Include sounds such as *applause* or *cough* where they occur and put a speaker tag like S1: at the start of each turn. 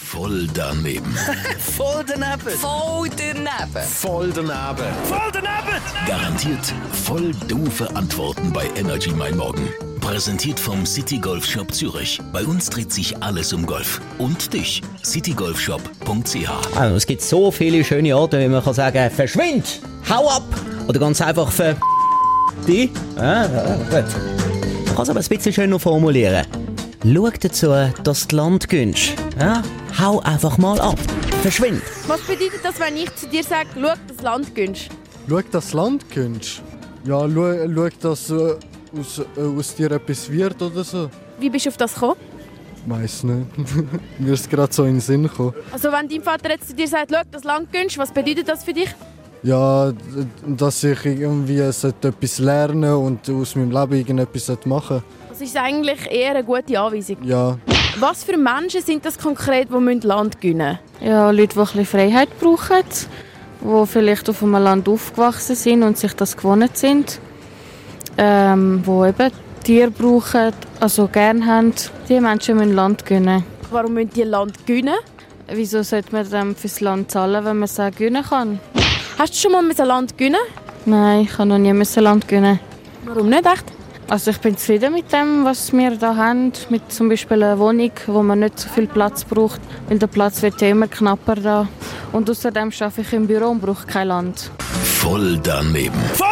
S1: Voll daneben.
S2: Voll daneben.
S3: Voll daneben.
S2: Voll daneben.
S1: Garantiert voll doofe Antworten bei Energy Mein Morgen. Präsentiert vom City Golf Shop Zürich. Bei uns dreht sich alles um Golf. Und dich, citygolfshop.ch.
S4: Also, es gibt so viele schöne Orte, wie man kann sagen, verschwind, hau ab oder ganz einfach ver... die. Ah, ja, gut. Man kann es aber ein bisschen schöner formulieren. Schau dazu, dass du Land gönnst. Ja? Hau einfach mal ab. Verschwind.
S5: Was bedeutet das, wenn ich zu dir sage, schau, das Land gönnst?
S6: Schau, dass du Land kennst. Ja, schau, schau dass äh, aus, äh, aus dir etwas wird oder so.
S5: Wie bist du auf das gekommen?
S6: Weiß nicht. *laughs* Mir ist gerade so in den Sinn gekommen.
S5: Also wenn dein Vater jetzt zu dir sagt, schau, das Land gönnst, was bedeutet das für dich?
S6: Ja, d- dass ich irgendwie sollte etwas lernen und aus meinem Leben irgendetwas sollte machen
S5: Das ist eigentlich eher eine gute Anweisung.
S6: Ja,
S5: Was für Menschen sind das konkret, die müssen Land gönnen
S7: Ja, Leute, die ein bisschen Freiheit brauchen, die vielleicht auf einem Land aufgewachsen sind und sich das gewohnt sind. Ähm, wo eben Tiere brauchen, also gern haben. Die Menschen müssen Land gönnen.
S5: müssen? Warum müssen die Land gönnen?
S7: Wieso sollte man dann fürs Land zahlen, wenn man es auch gönnen kann?
S5: Hast du schon mal mit Land gönnen?
S7: Nein, ich kann noch nie müssen Land gönnen.
S5: Warum nicht echt?
S7: Also ich bin zufrieden mit dem, was wir da haben. Mit zum Beispiel einer Wohnung, wo man nicht so viel Platz braucht, weil der Platz wird ja immer knapper da. Und außerdem arbeite ich im Büro und brauche kein Land.
S1: Voll daneben. Voll